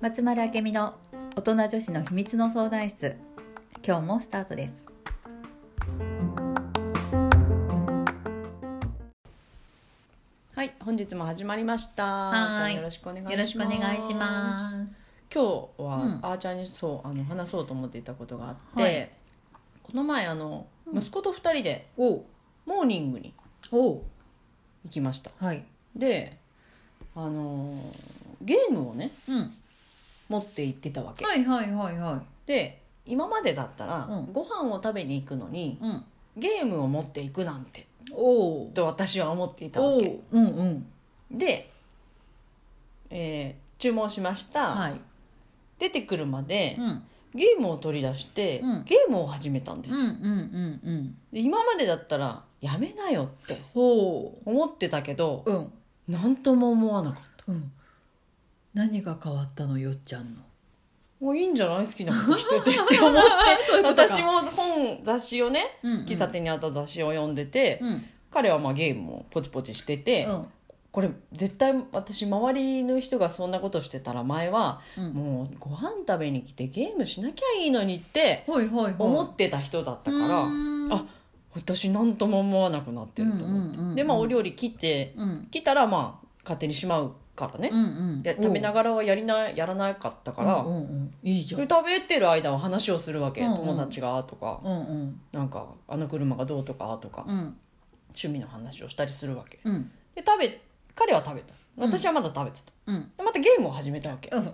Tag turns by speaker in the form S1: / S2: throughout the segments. S1: 松丸明美の大人女子の秘密の相談室今日もスタートです
S2: はい、本日も始まりました。
S1: ーい
S2: あーちゃんよろしくお願いします。
S1: よろしくお願いします
S2: す。今日は、
S1: うん
S2: あーちゃんにそうあの話そうと思っていたことがあって、
S1: はい
S2: この前あの、
S1: うん
S2: 息子と二人で
S1: お
S2: モーニングに
S1: お
S2: 行きました。
S1: はい
S2: で、あのーゲームをね
S1: うん
S2: 持って行ってたわけ。
S1: はいはいはいは
S2: で、今までだったら、
S1: うん
S2: ご飯を食べに行くのに
S1: いうん
S2: ゲームを持っていくなんて
S1: おう
S2: と私は思っていた
S1: お
S2: わ
S1: う
S2: け。
S1: うんうん
S2: で、えー注文しました。
S1: はい
S2: 出てくるまで。
S1: うん
S2: ゲームを取り出して、
S1: うん
S2: ゲームを始めたんで
S1: う
S2: す、
S1: んうんうんうん
S2: で今までだったらやめなよって
S1: ほ
S2: 思ってたけど
S1: ううん
S2: 何とも思わなかった
S1: うん何が変わったのよっちゃんの
S2: もういいんじゃない好きなことしててって思っ
S1: そうい
S2: て
S1: うことか
S2: 私も本雑誌をね
S1: うんうん
S2: 喫茶店にあった雑誌を読んでて、
S1: うん
S2: 彼はまあゲームをポチポチしてて、
S1: うん
S2: これ絶対私周りの人がそんなことしてたら前は、
S1: うん
S2: もうご飯食べに来てゲームしなきゃいいのにって
S1: ほいほいほい
S2: 思ってた人だったから、
S1: うん
S2: あ私何とも思わなくなってると思って、
S1: うんうんうんうん
S2: でまあお料理切って
S1: うん
S2: 切ったらまあ勝手にしまうからね
S1: う、んうん
S2: で食べながらはやりなやらなかったから、
S1: うんうんうんいいじゃん
S2: で食べてる間は話をするわけ、
S1: うんうん
S2: 友達がとか
S1: うんうん
S2: なんかあの車がどうとかとか、
S1: うん
S2: 趣味の話をしたりするわけ
S1: うん
S2: で食べ彼は食べた
S1: ん
S2: 私はまだ食べてた、
S1: うん
S2: でまたゲームを始めたわけ、
S1: うん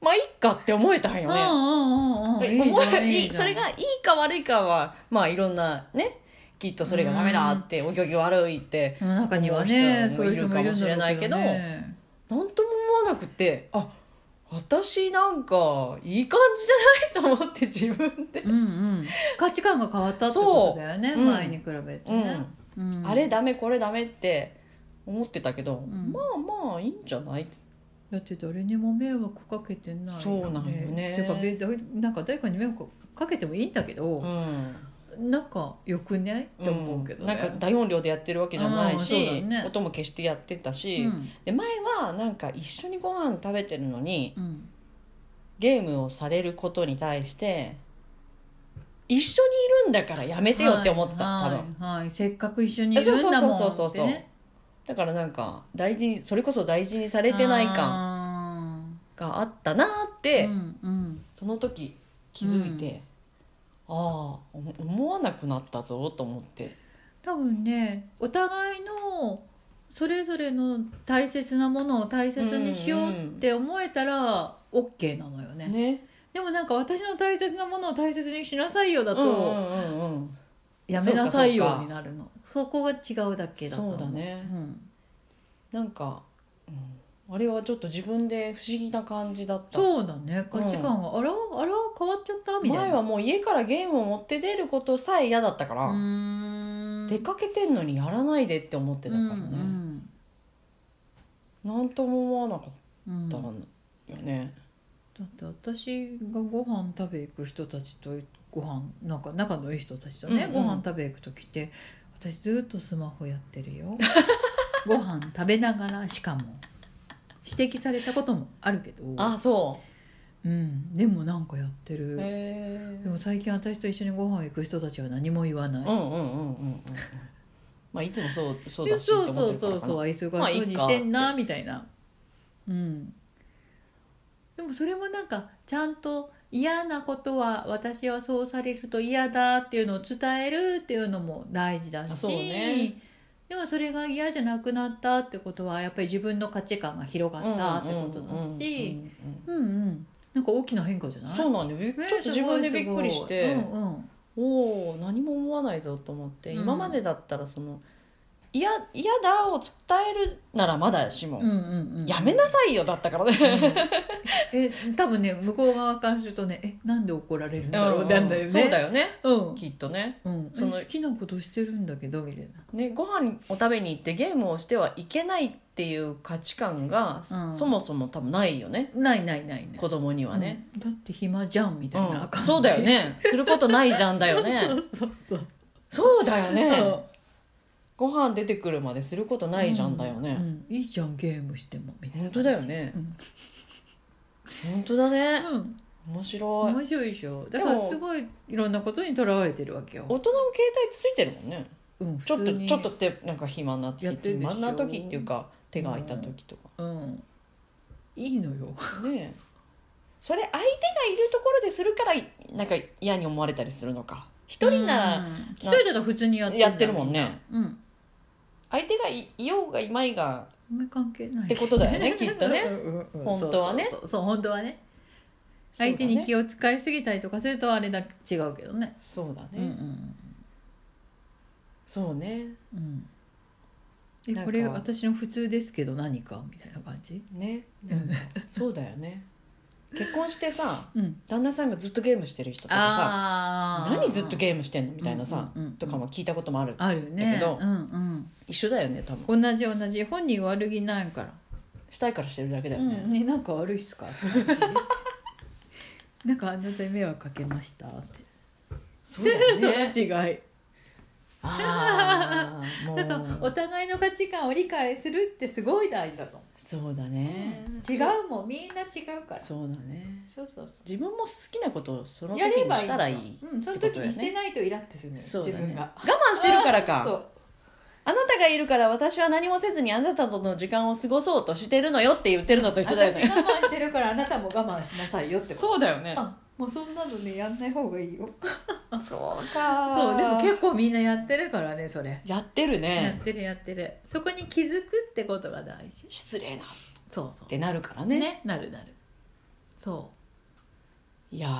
S2: まあいっかって思えたん
S1: う
S2: よね、
S1: んうんうん
S2: え
S1: いい
S2: 思
S1: じゃ
S2: え
S1: んいいじゃん
S2: それがいいか悪いかはまあいろんなねきっとそれがダメだってお行儀悪いって
S1: 世の中にはね
S2: 思
S1: そう
S2: う人も
S1: いう人もいるんだろう
S2: いるかもしれないけど
S1: ね
S2: 何とも思わなくてあ私なんかいい感じじゃないと思って自分で、
S1: うんうん価値観が変わったってことだよね
S2: そううん
S1: 前に比べてねうん
S2: あれダメこれダメって思ってたけど、
S1: ん
S2: まあまあいいんじゃない
S1: だって誰にも迷惑かけてない
S2: そうなんよね
S1: てかべだなんか誰かに迷惑かけてもいいんだけ
S2: う
S1: ど
S2: ん
S1: なんかよくないって思うけどね
S2: んなんか大音量でやってるわけじゃないし、
S1: うんそうだね
S2: 音も消してやってた
S1: う
S2: し、
S1: ん
S2: で前はなんか一緒にご飯食べてるのに、
S1: うん
S2: ゲームをされることに対して一緒にいるんだからやめてよって思ってた、
S1: はい
S2: 多分
S1: はいはいせっかく一緒にいるんだもん
S2: そうそうそうそうそうだからなんか大事にそれこそ大事にされてない感
S1: 感
S2: があったなーって、
S1: うんうん
S2: その時気づいて、ああ思思わなくなったぞと思って
S1: 多分ねお互いのそれぞれの大切なものを大切にしようって思えたら OK なのよね、
S2: ね
S1: でもなんか私の大切なものを大切にしなさいよだ
S2: うんうんう
S1: と
S2: んうん
S1: やめなさい
S2: そう
S1: よ
S2: か
S1: になるのそこが違うだけだと思
S2: そうだね
S1: うん
S2: なんか、うんあれはちょっと自分で不思議な感じだった
S1: そうだね価値観が、あらあら変わっちゃったみたいな
S2: 前はもう家からゲームを持って出ることさえ嫌だったから、
S1: うーん
S2: 出かけてんのにやらないでって思ってたから
S1: う
S2: ね、
S1: ん
S2: なんとも思わなかっ
S1: うんうん
S2: た
S1: だ
S2: んよね、
S1: って私がご飯食べ行く人たちとご飯なんか仲のいい人たちとね、
S2: うん
S1: ご
S2: うん
S1: 飯食べ行く時って私ずっとスマホやってる よご飯食べながらしかも指摘されたこともあるけど
S2: あそ
S1: うん、でもなんかやって
S2: う
S1: る、
S2: へえ
S1: でも最近私と一緒にご飯行く人たちは何も言わない、
S2: うんうんうんうんうんまあいつもそうそう
S1: で
S2: だし
S1: そう
S2: と思
S1: そ
S2: って
S1: う
S2: るか
S1: そうそう
S2: らかな
S1: あいつ
S2: ま
S1: が
S2: あ
S1: そう
S2: い
S1: に
S2: いか
S1: してんなみたいなうんでもそれもなんかちゃんと嫌なことは私はそうされると嫌だっていうのを伝えるっていうのも大事だ
S2: あ
S1: し、
S2: そうね
S1: でもそれが嫌じゃなくなったってことはやっぱり自分の価値観が広がったってことだし
S2: うんうんうんうん
S1: うんうんなんか大きな変化じゃない
S2: そうなんだよび
S1: ね
S2: ちょっと自分でびっくりし
S1: す
S2: て、
S1: ごいすごいうんうん
S2: おお何も思わないぞと思って、
S1: うん
S2: 今までだったらその「いや嫌だ」を伝えるならまだしも「
S1: うんうんうん、
S2: やめなさいよ」だったからね、
S1: え多分ね向こう側からするとねえなんで怒られるんだろうなんだよね、
S2: そうだよね
S1: うん、
S2: きっとね
S1: うん、
S2: その
S1: え好きなことしてるんだけどみたいな
S2: ね、ご飯を食べに行ってゲームをしてはいけないっていう価値観が、そ
S1: うん
S2: そもそも多分ないよね
S1: ないないないね
S2: 子供にはね、、
S1: うんだって暇じゃんみたいな
S2: う
S1: 感
S2: ん
S1: じ、
S2: そうだよねすることないじゃんだよね
S1: そうそうそうそう
S2: そうだよね、
S1: うん
S2: ご飯出てくるまですることないじゃんだよ
S1: う
S2: ね、
S1: んいいじゃんゲームしてもみたいな
S2: 本当だよね
S1: うん
S2: 本当だね
S1: うん
S2: 面白い
S1: 面白いでしょだから
S2: でも
S1: すごいいろんなことにとらわれてるわけよ
S2: 大、人も携帯ついてるもんね
S1: うん、
S2: ちょっ
S1: 普
S2: と
S1: 通に
S2: ちょっとってなんか暇な
S1: や
S2: 時
S1: ってるでしょ
S2: 暇な時っていうか手が空いた時とか、
S1: うんいいのよ
S2: ねえそれ相手がいるところでするからなんか嫌に思われたりするのか一人なら
S1: うん一人だと普通にやって
S2: やってるもんね
S1: うん
S2: 相手がいいようがいまいが
S1: あんまり関係ない
S2: ってことだよ ねきっとね
S1: うんうんうん
S2: 本当はね
S1: そうそうそうそう本当はね相手に気を使いすぎたりとかするとあれだ違うけどね
S2: そうだねそうだね、
S1: うん
S2: そうね
S1: うんうんで
S2: なん
S1: こ
S2: か
S1: れ私の普通ですけど何かみたいな感じ
S2: ねなんかそうだよね結婚してさ
S1: うん
S2: 旦那さんがずっとゲームしてる人とかさ
S1: あー
S2: 何ずっとゲームしてんのみたいなさ、
S1: うんうんうん
S2: とかも聞いたこともある
S1: あるよね
S2: だけど
S1: うん
S2: 一緒だよね多分
S1: うん、同じ同じ本人悪気ないから
S2: したいからしてるだけだよね、
S1: うんね、なんか悪いっ すかって感じなんかあなたに迷惑かけましたって
S2: そうだよ ね
S1: その違い
S2: ああも
S1: だから お
S2: う
S1: 互いの価値観を理解するってすごい大事だと思
S2: そうだ
S1: う、
S2: ね、
S1: 違
S2: そう
S1: もんみんな違うから
S2: う
S1: そう
S2: そうだね
S1: そうそう
S2: 自分も好きなことをその時
S1: やれ
S2: に
S1: ば
S2: したらいい
S1: うん、その
S2: って
S1: 時
S2: ことだよ
S1: に
S2: ね
S1: してないとイラってするのよ、
S2: そう
S1: 自
S2: だね
S1: 分
S2: 我
S1: が
S2: 慢してるから
S1: そ
S2: か
S1: う
S2: あなたがいるから私は何もせずにあなたとの時間を過ごそうとしてるのよって言ってるのと一緒だよ
S1: 私
S2: ね
S1: 我慢してるからあなたも我慢しなさいよってこと
S2: そうだよね
S1: あもうそんなのねやんない方がいいよ
S2: そうか
S1: そうでも結構みんなやってるからねそれ
S2: やってる
S1: や
S2: ね
S1: ってるやってるそこに気づくってことが大事
S2: 失礼なっ
S1: そうそう
S2: てなるから
S1: ね
S2: ね
S1: なるなるそ
S2: いやー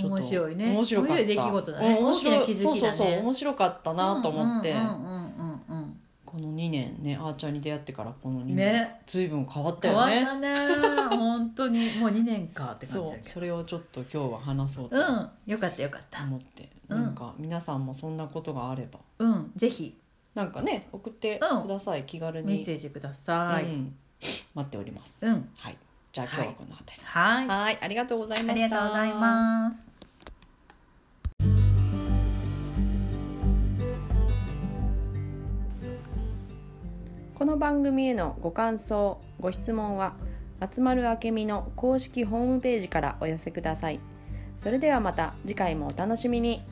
S2: ちょっと
S1: 面白いね
S2: 面白かった
S1: 面白い出来事だね
S2: うん面白い
S1: 大きな気づきだね
S2: そうそうそう面白かった
S1: う
S2: なと思って、
S1: うんうんうんうんうん
S2: この2年ねあーちゃんに出会ってからこの2年、
S1: ね
S2: 随分変わった
S1: 変
S2: よ
S1: わっ
S2: ね
S1: たね本当にもう2年かって
S2: そ
S1: 感じ
S2: う
S1: だけ
S2: それをちょっと今日は話そうと
S1: どうんよかったよかった
S2: 思って、
S1: うん
S2: なんか皆さんもそんなことがあれば
S1: うんぜひ
S2: なんかね送って
S1: うん
S2: ください、気軽
S1: メッ
S2: に
S1: セージください、
S2: うん、待っております、
S1: うん
S2: はいじゃあ今日はこの辺り、
S1: はいあ
S2: はいありがとうございまし
S1: り
S2: た
S1: がとうございます
S2: この番組へのご感想ご質問は松丸あけみの公式ホームページからお寄せくださいそれではまた次回もお楽しみに